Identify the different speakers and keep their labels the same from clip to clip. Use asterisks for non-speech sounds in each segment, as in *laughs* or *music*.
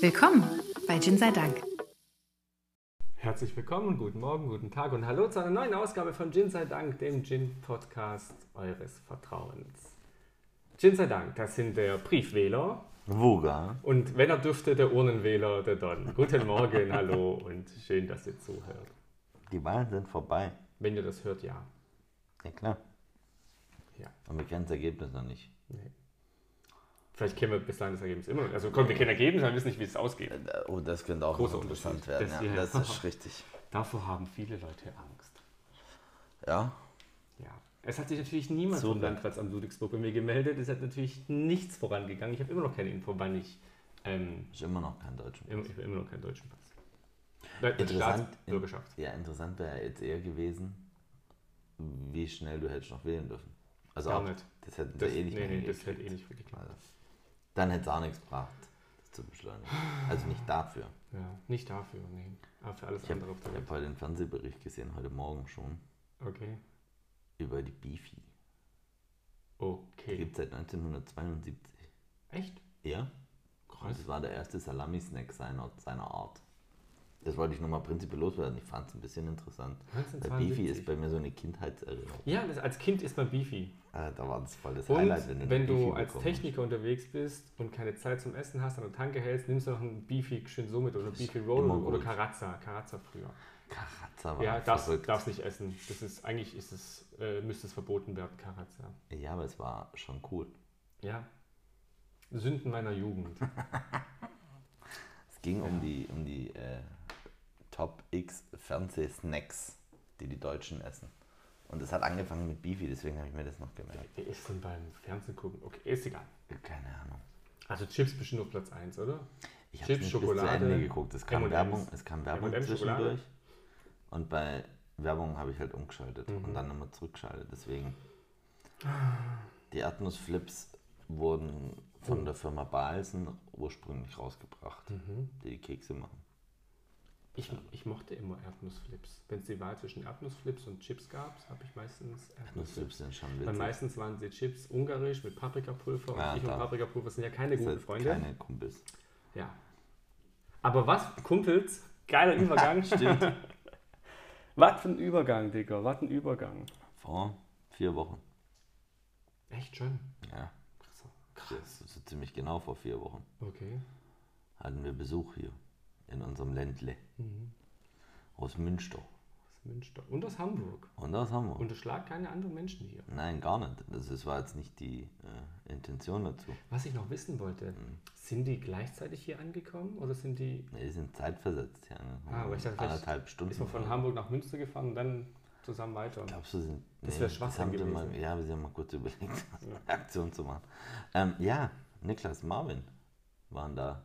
Speaker 1: Willkommen bei Gin sei Dank.
Speaker 2: Herzlich willkommen, guten Morgen, guten Tag und hallo zu einer neuen Ausgabe von Gin sei Dank, dem Gin-Podcast eures Vertrauens. Gin sei Dank, das sind der Briefwähler
Speaker 3: Voga.
Speaker 2: und wenn er dürfte, der Urnenwähler, der Don. Guten Morgen, hallo und schön, dass ihr zuhört.
Speaker 3: Die Wahlen sind vorbei.
Speaker 2: Wenn ihr das hört, ja.
Speaker 3: Ja klar.
Speaker 2: ja.
Speaker 3: Aber wir kennen das Ergebnis noch nicht.
Speaker 2: Nee. Vielleicht kennen wir bislang das Ergebnis immer noch. nicht. Also kommt, wir kennen Ergebnis, aber wir wissen nicht, wie es ausgeht.
Speaker 3: Oh, das könnte auch
Speaker 2: Großer
Speaker 3: noch interessant
Speaker 2: Unterschied. Das
Speaker 3: werden. Das,
Speaker 2: hier-
Speaker 3: ja, das ist richtig.
Speaker 2: Davor haben viele Leute Angst.
Speaker 3: Ja.
Speaker 2: Ja. Es hat sich natürlich niemand
Speaker 3: So
Speaker 2: vom
Speaker 3: lang.
Speaker 2: Landratsamt Ludwigsburg bei mir gemeldet. Es hat natürlich nichts vorangegangen. Ich habe immer noch keine Info, wann ich. Ähm,
Speaker 3: Ich immer noch kein Deutsch.
Speaker 2: immer, ich habe immer noch keinen deutschen Pass. Nein,
Speaker 3: Interessant.
Speaker 2: Staatsbürgerschaft.
Speaker 3: Ja, interessant wäre jetzt eher gewesen, wie schnell du hättest noch wählen dürfen. Also
Speaker 2: Gar
Speaker 3: auch,
Speaker 2: nicht.
Speaker 3: das hätten
Speaker 2: ne. Das,
Speaker 3: sie eh nicht
Speaker 2: nee,
Speaker 3: mehr
Speaker 2: nee, das
Speaker 3: hingekriegt.
Speaker 2: hätte eh nicht wirklich
Speaker 3: also, Dann hätte es auch nichts gebracht, das zu beschleunigen. Also nicht dafür.
Speaker 2: ja, Nicht dafür, nee. Aber für alles
Speaker 3: Ich habe
Speaker 2: andere auf der Welt.
Speaker 3: hab heute den Fernsehbericht gesehen, heute Morgen schon,
Speaker 2: Okay.
Speaker 3: über die Beefy. Die
Speaker 2: Okay.
Speaker 3: gibt es seit 1972.
Speaker 2: Echt?
Speaker 3: Ja? Und
Speaker 2: Krass.
Speaker 3: Das war der erste Salami-Snack seiner, seiner Art. Das wollte ich nochmal prinzipiell loswerden. Ich fand es ein bisschen interessant. Weil
Speaker 2: 1972.
Speaker 3: Beefy ist Also, bei mir so eine Kindheitserinnerung.
Speaker 2: Ja, das, als Kind ist man Beefy.
Speaker 3: Ah, da war das voll das
Speaker 2: Und
Speaker 3: Highlight.
Speaker 2: wenn,
Speaker 3: eine
Speaker 2: du
Speaker 3: Beefy
Speaker 2: als
Speaker 3: bekommen hast.
Speaker 2: Techniker unterwegs bist und keine Zeit zum Essen hast, an der Tanke hältst, nimmst du noch einen Beefy schön so mit oder Beefy Roll
Speaker 3: immer
Speaker 2: oder
Speaker 3: gut.
Speaker 2: Karazza, Karazza früher.
Speaker 3: Karatza war
Speaker 2: ja, darfst
Speaker 3: verrückt.
Speaker 2: darfst nicht essen. Das ist, eigentlich ist es, äh, müsste es verboten werden, Karazza.
Speaker 3: Ja, aber es war schon cool.
Speaker 2: Ja. Sünden meiner Jugend.
Speaker 3: Es ging um die, um die äh, Top X Fernsehsnacks, die die Deutschen essen. Und es hat angefangen mit Beefy, deswegen habe ich mir das noch gemerkt.
Speaker 2: Wer ist denn beim Fernsehen gucken? Okay, ist egal.
Speaker 3: Keine Ahnung.
Speaker 2: Also Chips bestimmt auf Platz 1, oder?
Speaker 3: Ich habe nicht bis zu Ende geguckt. Es kam
Speaker 2: M&M's.
Speaker 3: Werbung, es kam Werbung
Speaker 2: M&M's Schokolade.
Speaker 3: zwischendurch. Und bei Werbung habe ich halt umgeschaltet
Speaker 2: Mhm.
Speaker 3: und dann nochmal zurückgeschaltet. Deswegen. Die Erdnussflips wurden
Speaker 2: Oh.
Speaker 3: von der Firma Balsen ursprünglich rausgebracht,
Speaker 2: Mhm.
Speaker 3: die die Kekse machen.
Speaker 2: Ich, ich mochte immer Erdnussflips. Wenn es die Wahl zwischen Erdnussflips und Chips gab, habe ich meistens Erdnussflips.
Speaker 3: Erdnussflips sind schon
Speaker 2: Weil
Speaker 3: witzig.
Speaker 2: meistens waren die Chips ungarisch mit Paprikapulver
Speaker 3: Ja,
Speaker 2: und ich und
Speaker 3: klar.
Speaker 2: Paprikapulver sind ja keine
Speaker 3: Das
Speaker 2: guten
Speaker 3: heißt,
Speaker 2: Freunde.
Speaker 3: Keine Kumpels.
Speaker 2: Ja. Aber was, Kumpels, geiler Übergang.
Speaker 3: Stimmt.
Speaker 2: *laughs* was für ein Übergang, Digga, was ein Übergang.
Speaker 3: Vor vier Wochen.
Speaker 2: Echt schon?
Speaker 3: Ja,
Speaker 2: Krass.
Speaker 3: das ist so ziemlich genau vor vier Wochen.
Speaker 2: Okay.
Speaker 3: Hatten wir Besuch hier in unserem Ländle.
Speaker 2: Mhm.
Speaker 3: Aus Münster.
Speaker 2: Aus Münster. Und aus Hamburg.
Speaker 3: Und das haben wir.
Speaker 2: Unterschlag keine anderen Menschen hier.
Speaker 3: Nein, gar nicht. Das ist, war jetzt nicht die äh, Intention dazu.
Speaker 2: Was ich noch wissen wollte, sind die gleichzeitig hier angekommen oder sind die.
Speaker 3: Wir sind zeitversetzt hier angekommen.
Speaker 2: Ah, aber ich dachte, vielleicht
Speaker 3: Anderthalb Stunden.
Speaker 2: Ist man von Hamburg nach Münster gefahren und dann zusammen weiter?
Speaker 3: Glaubst du, sind,
Speaker 2: Das wäre Schwachsinn
Speaker 3: haben wir
Speaker 2: gewesen.
Speaker 3: Mal, ja, wir haben mal kurz
Speaker 2: *laughs*
Speaker 3: überlegt, eine *laughs* Aktion zu machen. Ähm, ja, Niklas Marvin waren da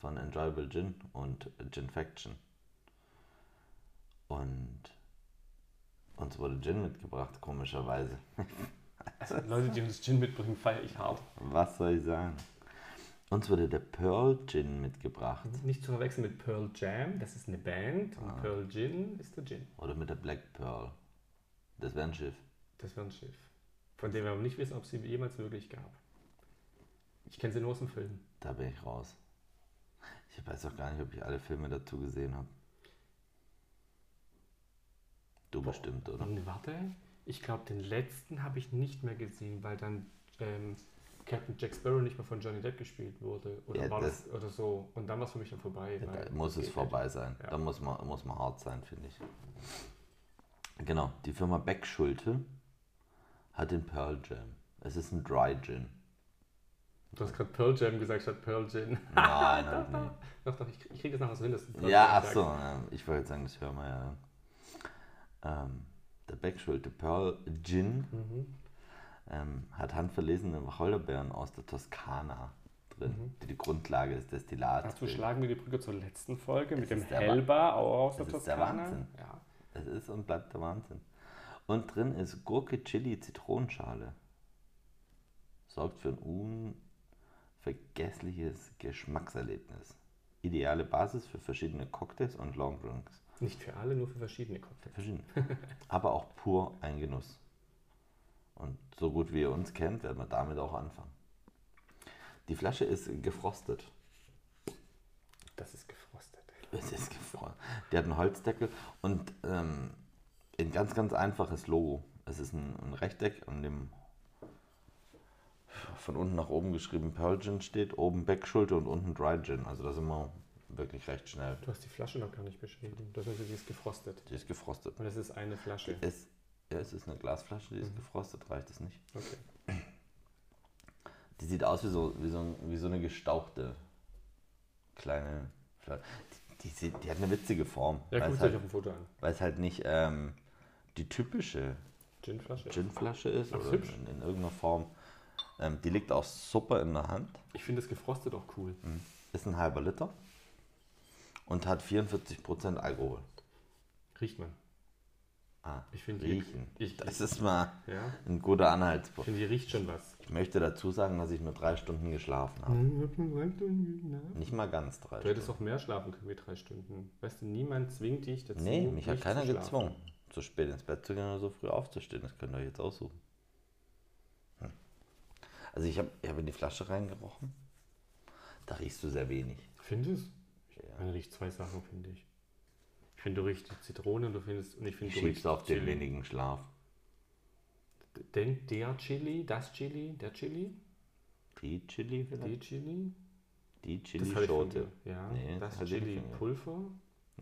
Speaker 3: von Enjoyable Gin und Gin Faction. Und uns wurde Gin mitgebracht, komischerweise.
Speaker 2: Also, Leute, die uns Gin mitbringen, feiere ich hart.
Speaker 3: Was soll ich sagen? Uns wurde der Pearl Gin mitgebracht.
Speaker 2: Nicht zu verwechseln mit Pearl Jam, das ist eine Band und Pearl Gin ist der Gin.
Speaker 3: Oder mit der Black Pearl. Das wäre ein Schiff.
Speaker 2: Das war ein Schiff. Von dem wir aber nicht wissen, ob es sie jemals wirklich gab. Ich kenne sie nur aus dem Film.
Speaker 3: Da bin ich raus. Ich weiß auch gar nicht, ob ich alle Filme dazu gesehen habe. Du bestimmt, oder?
Speaker 2: Und warte, ich glaube, den letzten habe ich nicht mehr gesehen, weil dann ähm, Captain Jack Sparrow nicht mehr von Johnny Depp gespielt wurde. Oder,
Speaker 3: Ja,
Speaker 2: war das,
Speaker 3: das-
Speaker 2: oder so. Und dann war es für mich dann vorbei.
Speaker 3: Da
Speaker 2: weil-
Speaker 3: muss es
Speaker 2: geht
Speaker 3: vorbei sein.
Speaker 2: Ja.
Speaker 3: Da muss man, muss man hart sein, finde ich. Genau, die Firma Beckschulte hat den Pearl Jam. Es ist ein Dry
Speaker 2: *laughs*
Speaker 3: Gin.
Speaker 2: nicht. Du hast gerade Pearl Jam *laughs* gesagt statt Pearl Gin.
Speaker 3: Nein, hab ich nicht.
Speaker 2: doch, doch, ich kriege krieg das nachher so hin, dass du Pearl
Speaker 3: Ja,
Speaker 2: Jam
Speaker 3: achso,
Speaker 2: sagst.
Speaker 3: ähm, ich wollte jetzt sagen, das hören wir ja. Ähm, der Beckschulte Pearl Gin
Speaker 2: Mhm.
Speaker 3: ähm, hat handverlesene Wacholderbeeren aus der Toskana drin, die die Grundlage des Destillats
Speaker 2: Dazu
Speaker 3: bilden.
Speaker 2: schlagen wir die Brücke zur letzten Folge mit dem
Speaker 3: ist der Wa-
Speaker 2: Helba, auch aus der
Speaker 3: das ist der
Speaker 2: Toskana.
Speaker 3: Wahnsinn.
Speaker 2: Ja.
Speaker 3: Es ist und bleibt der Wahnsinn. Und drin ist Gurke, Chili, Zitronenschale. Sorgt für ein unvergessliches Geschmackserlebnis. Ideale Basis für verschiedene Cocktails und Longdrinks.
Speaker 2: Nicht für alle, nur für verschiedene Cocktails.
Speaker 3: Verschieden. Aber auch pur ein Genuss. Und so gut wie ihr uns kennt, werden wir damit auch anfangen. Die Flasche ist gefrostet. Es ist gefroren. Der hat einen Holzdeckel und ähm, ein ganz, ganz einfaches Logo. Es ist ein, ein Rechteck, an dem von unten nach oben geschrieben Pearl Gin steht, oben Backschulter und unten Dry Gin. Also da sind wir wirklich recht schnell.
Speaker 2: Du hast die Flasche noch gar nicht beschrieben. Das heißt, sie ist gefrostet.
Speaker 3: Die ist gefrostet.
Speaker 2: Und es ist eine Flasche.
Speaker 3: Es, ja, es ist eine Glasflasche, die ist gefrostet, reicht es nicht.
Speaker 2: Okay.
Speaker 3: Die sieht aus wie so, wie so, ein- wie so eine gestauchte kleine Flasche. Die, die, sieht, die hat eine witzige Form.
Speaker 2: Ja,
Speaker 3: weil,
Speaker 2: guckt
Speaker 3: es
Speaker 2: euch auf
Speaker 3: halt,
Speaker 2: dem Foto an.
Speaker 3: weil es halt nicht ähm, die typische
Speaker 2: Ginflasche.
Speaker 3: Ginflasche ist
Speaker 2: Ach,
Speaker 3: oder
Speaker 2: hübsch.
Speaker 3: in, in irgendeiner Form. Ähm, die liegt auch super in der Hand.
Speaker 2: Ich finde das gefrostet auch cool.
Speaker 3: Mhm. Ist ein halber Liter und hat 44% Alkohol.
Speaker 2: Riecht man.
Speaker 3: Ah,
Speaker 2: Ich finde die-
Speaker 3: riechen.
Speaker 2: ich-
Speaker 3: das ist mal
Speaker 2: Ja.
Speaker 3: ein guter
Speaker 2: Ich
Speaker 3: Anhaltspunkt.
Speaker 2: finde, die riecht schon was.
Speaker 3: Ich möchte dazu sagen, dass ich nur drei Stunden geschlafen habe.
Speaker 2: Du
Speaker 3: Nicht mal ganz drei
Speaker 2: hättest auch mehr schlafen können wie drei Stunden. Weißt du, niemand zwingt dich dazu.
Speaker 3: Nee, mich hat
Speaker 2: nicht
Speaker 3: keiner
Speaker 2: zu schlafen.
Speaker 3: gezwungen, zu spät ins Bett zu gehen oder so früh aufzustehen. Das könnt ihr euch jetzt aussuchen. Hm. Also ich habe ich hab in die Flasche reingerochen. Da riechst du sehr wenig.
Speaker 2: Findest du? Man riecht zwei Sachen, finde ich. Ich finde, du riechst die Zitrone und du findest. Und ich
Speaker 3: Du
Speaker 2: finde, du riechst
Speaker 3: schiebst auf den
Speaker 2: Chili.
Speaker 3: wenigen Schlaf.
Speaker 2: Den, der Chili, das Chili, der Chili,
Speaker 3: Die
Speaker 2: die
Speaker 3: Chili vielleicht?
Speaker 2: Chili.
Speaker 3: Die,
Speaker 2: Das hatte ich von
Speaker 3: Chili-Schote.
Speaker 2: dir. Ja,
Speaker 3: Nee,
Speaker 2: das,
Speaker 3: das hatte ich von mir.
Speaker 2: Chili-Pulver.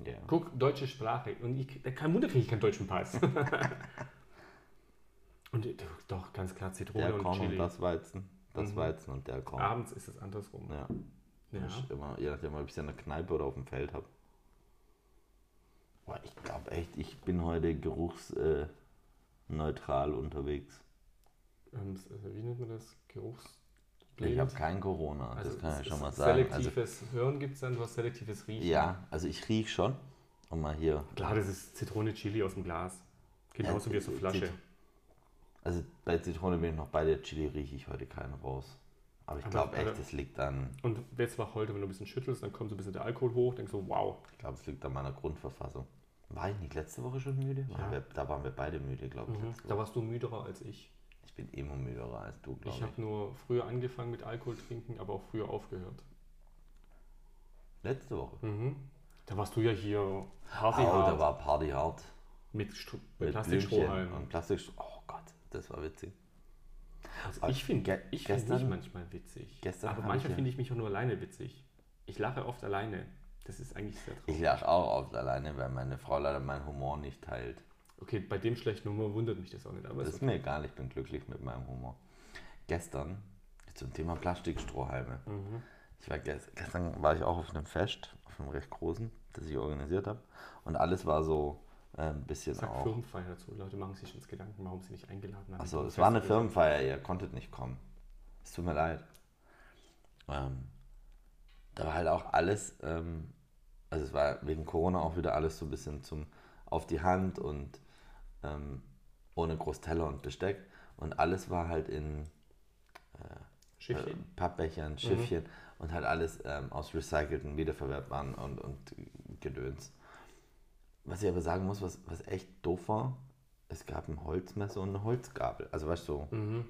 Speaker 3: Ja.
Speaker 2: Guck, deutsche Sprache. Und ich, krieg- kein Wunder kriege ich keinen deutschen
Speaker 3: *laughs*
Speaker 2: Pass. und äh, doch, ganz klar Zitrone
Speaker 3: Der
Speaker 2: und
Speaker 3: Korn
Speaker 2: Chili.
Speaker 3: und das Weizen. Das Weizen und der Korn.
Speaker 2: Abends ist es andersrum.
Speaker 3: Ja.
Speaker 2: Ja.
Speaker 3: Ich immer, je nachdem, ob ich es in der Kneipe oder auf dem Feld habe. Boah, ich glaube echt, ich bin heute geruchsneutral unterwegs.
Speaker 2: Ähm, s- also wie nennt man das? Geruchs...
Speaker 3: Ich habe kein Corona, das kann
Speaker 2: es
Speaker 3: ich schon
Speaker 2: ist
Speaker 3: mal sagen. Also,
Speaker 2: Selektives Hören gibt es dann, du hast selektives Riechen.
Speaker 3: ja, also ich rieche schon. Und mal hier.
Speaker 2: Klar, das ist Zitrone Chili aus dem Glas. Genauso
Speaker 3: Ja,
Speaker 2: wie aus der
Speaker 3: Zit-
Speaker 2: Flasche.
Speaker 3: Also bei Zitrone bin ich noch bei der Chili, rieche ich heute keinen raus. Aber ich
Speaker 2: Aber-
Speaker 3: glaube echt,
Speaker 2: aber-
Speaker 3: es liegt an,
Speaker 2: Und jetzt war heute, wenn du ein bisschen schüttelst, dann kommt so ein bisschen der Alkohol hoch, denkst so, wow.
Speaker 3: ich glaube, es liegt an meiner Grundverfassung. War ich nicht letzte Woche schon müde? Waren wir, da waren wir beide müde, glaube ich. letzte
Speaker 2: Da
Speaker 3: Woche.
Speaker 2: warst du müderer als ich.
Speaker 3: Ich bin immer müderer als du, glaube
Speaker 2: Ich
Speaker 3: ich.
Speaker 2: habe nur früher angefangen mit Alkohol trinken, aber auch früher aufgehört.
Speaker 3: Letzte Woche.
Speaker 2: Da warst du ja hier Hm. Party
Speaker 3: Oh,
Speaker 2: hard
Speaker 3: da war Party hart.
Speaker 2: mit, Stro- mit
Speaker 3: Mit Blümchen
Speaker 2: Plastikstrohhalmen.
Speaker 3: und Plastikstroh. Oh Gott, das war witzig.
Speaker 2: Also ich finde
Speaker 3: Ge-
Speaker 2: ich find mich
Speaker 3: gestern-
Speaker 2: manchmal witzig.
Speaker 3: gestern
Speaker 2: aber
Speaker 3: hab
Speaker 2: manchmal
Speaker 3: ich ja-
Speaker 2: finde ich mich auch nur alleine witzig. Ich lache oft alleine. Das ist eigentlich sehr
Speaker 3: Ich
Speaker 2: traurig.
Speaker 3: lache auch oft alleine, weil meine Frau leider meinen Humor nicht teilt.
Speaker 2: Okay, bei dem schlechten Humor wundert mich das auch nicht. Aber
Speaker 3: Das
Speaker 2: es
Speaker 3: ist mir egal, ich bin glücklich mit meinem Humor. Gestern, zum Thema Plastikstrohhalme.
Speaker 2: Mhm.
Speaker 3: Ich war gest, gestern war ich auch auf einem Fest, auf einem recht großen, das ich organisiert habe. Und alles war so äh, ein bisschen
Speaker 2: sagt
Speaker 3: auch.
Speaker 2: Firmenfeier dazu. Leute machen sich uns Gedanken, warum sie nicht eingeladen haben.
Speaker 3: Achso,
Speaker 2: Zum
Speaker 3: es war eine
Speaker 2: Festival.
Speaker 3: Firmenfeier, ihr konntet nicht kommen. Es tut mir leid. Ähm, da war halt auch alles, ähm, also es war wegen Corona auch wieder alles so ein bisschen zum auf die Hand und ähm, ohne groß Teller und Besteck. Und alles war halt in äh,
Speaker 2: Schiffchen.
Speaker 3: Pappbechern,
Speaker 2: Mhm.
Speaker 3: Schiffchen und halt alles ähm, aus recycelten, wiederverwertbaren und, und Gedöns. Was ich aber sagen muss, was, was echt doof war, es gab ein Holzmesser und eine Holzgabel. Also weißt du,
Speaker 2: Mhm.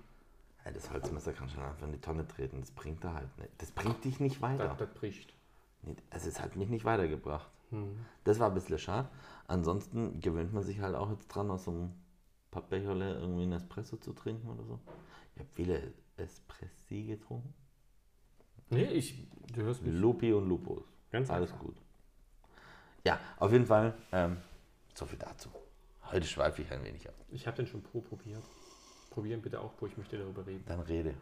Speaker 3: ja, das Holzmesser kann schon einfach in die Tonne treten. Das bringt da halt nicht. Das bringt dich nicht weiter.
Speaker 2: Das, das bricht.
Speaker 3: Nee, Also es hat mich nicht weitergebracht.
Speaker 2: Mhm.
Speaker 3: Das war ein bisschen schade. Ansonsten gewöhnt man sich halt auch jetzt dran, aus so einem Pappbecherle irgendwie einen Espresso zu trinken oder so. Ich habe viele Espressi getrunken.
Speaker 2: Nee, ich, du hörst mich.
Speaker 3: Lupi und Lupus.
Speaker 2: Ganz
Speaker 3: Alles
Speaker 2: einfach.
Speaker 3: gut. Ja, auf jeden Fall. Ähm, so viel dazu. Heute schweife ich ein wenig ab.
Speaker 2: Ich habe den schon pur probiert. Probieren bitte auch pur, ich möchte darüber reden.
Speaker 3: Dann rede.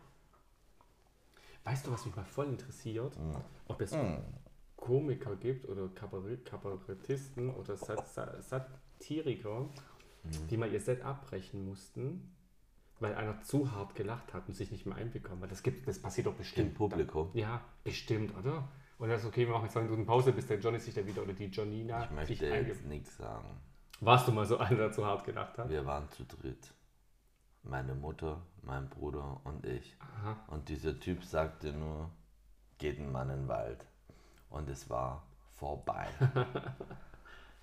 Speaker 2: Weißt du, was mich mal voll interessiert?
Speaker 3: Hm.
Speaker 2: Ob es Komiker gibt oder Kabarett- Kabarettisten oder Sat Sa- Satiriker,
Speaker 3: Mhm.
Speaker 2: die mal ihr Set abbrechen mussten, weil einer zu hart gelacht hat und sich nicht mehr einbekommen hat. Das, gibt, das passiert doch bestimmt.
Speaker 3: Im Publikum?
Speaker 2: Ja, bestimmt, oder? Und das ist okay, wir machen jetzt zwei Minuten Pause, bis der Johnny sich da wieder oder die Johnina
Speaker 3: Ich möchte
Speaker 2: sich einge...
Speaker 3: jetzt nichts sagen.
Speaker 2: Warst du mal so *laughs* einer, der zu hart gelacht hat?
Speaker 3: Wir waren zu dritt. Meine Mutter, mein Bruder und ich.
Speaker 2: Aha.
Speaker 3: Und dieser Typ sagte nur, geht ein Mann in den Wald. Und es war
Speaker 2: *laughs*
Speaker 3: vorbei.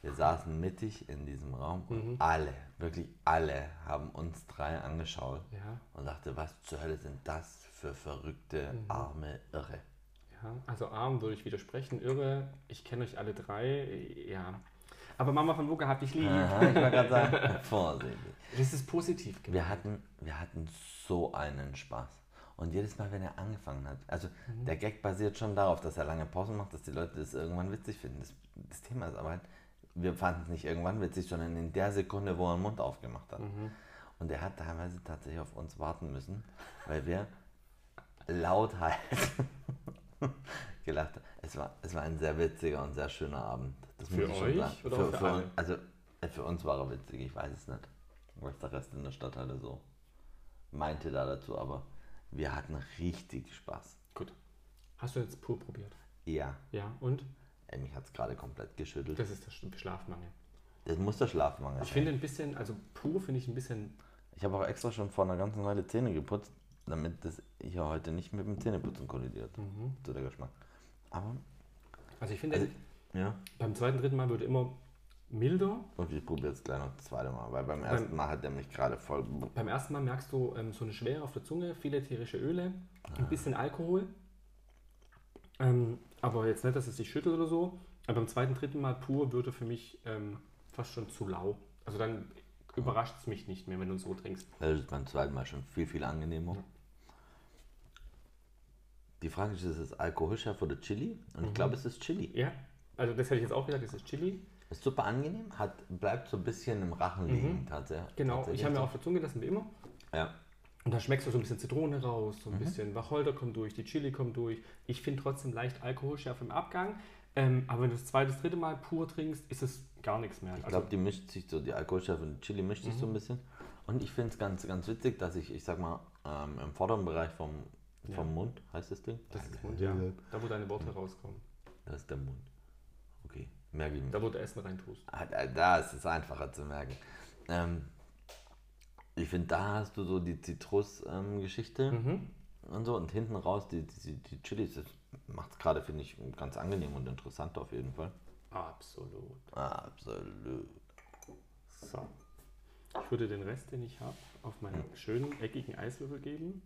Speaker 3: Wir saßen mittig in diesem Raum und
Speaker 2: Mhm.
Speaker 3: alle, wirklich alle, haben uns drei angeschaut
Speaker 2: Ja.
Speaker 3: Mhm. und dachte, was zur Hölle sind das für verrückte, arme Irre.
Speaker 2: Ja, also arm würde ich widersprechen. Irre, ich kenne euch alle drei. Ja. Aber Mama von Wuka hab dich lieb.
Speaker 3: Aha, ich
Speaker 2: *laughs*
Speaker 3: wollte gerade sagen, *laughs* vorsichtig.
Speaker 2: Das ist positiv. gemeint.
Speaker 3: Wir hatten, wir hatten so einen Spaß. Und jedes Mal, wenn er angefangen hat, also der Gag basiert schon darauf, dass er lange Pausen macht, dass die Leute das irgendwann witzig finden. Das, das Thema ist aber halt, wir fanden es nicht irgendwann witzig, sondern in der Sekunde, wo er den Mund aufgemacht hat. Und er hat teilweise tatsächlich auf uns warten müssen, weil wir laut halt *laughs* gelacht haben. Es war, es war ein sehr witziger und sehr schöner Abend. Das
Speaker 2: Für
Speaker 3: muss ich schon
Speaker 2: euch
Speaker 3: sagen.
Speaker 2: oder
Speaker 3: für,
Speaker 2: auch für
Speaker 3: für,
Speaker 2: alle?
Speaker 3: un- Also äh, für uns war er witzig, ich weiß es nicht. Was der Rest in der Stadt hatte so meinte da dazu, aber wir hatten richtig Spaß.
Speaker 2: Gut. Hast du jetzt pur probiert?
Speaker 3: Ja,
Speaker 2: Ja, und?
Speaker 3: ey, mich hat es gerade komplett geschüttelt. Das,
Speaker 2: Das ist der Sch- Schlafmangel.
Speaker 3: muss der Schlafmangel
Speaker 2: Ich
Speaker 3: sein.
Speaker 2: finde ein bisschen, also pur finde ich ein bisschen.
Speaker 3: Ich habe auch extra schon vor einer ganzen Weile Zähne geputzt, damit das hier heute nicht mit dem Zähneputzen kollidiert.
Speaker 2: Mhm.
Speaker 3: So der Geschmack. Aber,
Speaker 2: Also ich finde,
Speaker 3: Also- ja.
Speaker 2: beim zweiten, dritten Mal wird immer milder.
Speaker 3: Und ich probiere jetzt gleich noch das zweite Mal, weil beim ersten Mal hat er mich gerade voll.
Speaker 2: Beim ersten Mal merkst du ähm, so eine Schwere auf der Zunge, viele tierische Öle, ein bisschen Alkohol. Ähm, aber jetzt nicht, dass es dich schüttelt oder so. Aber beim zweiten, dritten Mal pur würde für mich ähm, fast schon zu lau. Also dann überrascht es mich nicht mehr, wenn du so trinkst.
Speaker 3: Das ist äh, beim zweiten Mal schon viel, viel angenehmer. Die Frage ist, ist es alkoholschärf oder Chili? Und ich
Speaker 2: Mhm.
Speaker 3: glaube, es ist Chili.
Speaker 2: Ja, also das hätte ich jetzt auch gesagt, das ist Chili.
Speaker 3: Ist super angenehm, hat, bleibt so ein bisschen im Rachen liegen, tatsächlich.
Speaker 2: Mhm. Genau, ich
Speaker 3: tatsächlich.
Speaker 2: habe mir auf der Zunge gelassen, wie immer.
Speaker 3: Ja.
Speaker 2: Und da schmeckst du so ein bisschen Zitrone raus,
Speaker 3: Mhm.
Speaker 2: so ein bisschen Wacholder kommt durch, die Chili kommt durch. Ich finde trotzdem leicht Alkoholschärfe im Abgang. Ähm, aber wenn du das zweite, das dritte Mal pur trinkst, ist es gar nichts mehr. Also
Speaker 3: Ich glaube, die mischt sich so, die Alkoholschärfe und Chili mischt sich
Speaker 2: Mhm.
Speaker 3: so ein bisschen. Und ich finde es ganz, ganz witzig, dass ich, ich sag mal, ähm, im vorderen Bereich vom, vom Mund, heißt das Ding?
Speaker 2: das ist Mund, ja. Da, wo deine Worte rauskommen.
Speaker 3: Das ist der Mund. Okay, merke ich mir.
Speaker 2: Da, wo du Essen reintust.
Speaker 3: Ah, Da, da ist es einfacher zu merken. Ähm, ich finde, da hast du so die Mhm. Zitrus-Geschichte und so und hinten raus die, die, die Chilis. Das macht es gerade, finde ich, ganz angenehm und interessant auf jeden Fall.
Speaker 2: Absolut.
Speaker 3: Absolut.
Speaker 2: So. Ich würde den Rest, den ich habe, auf meine schönen, eckigen Eiswürfel geben.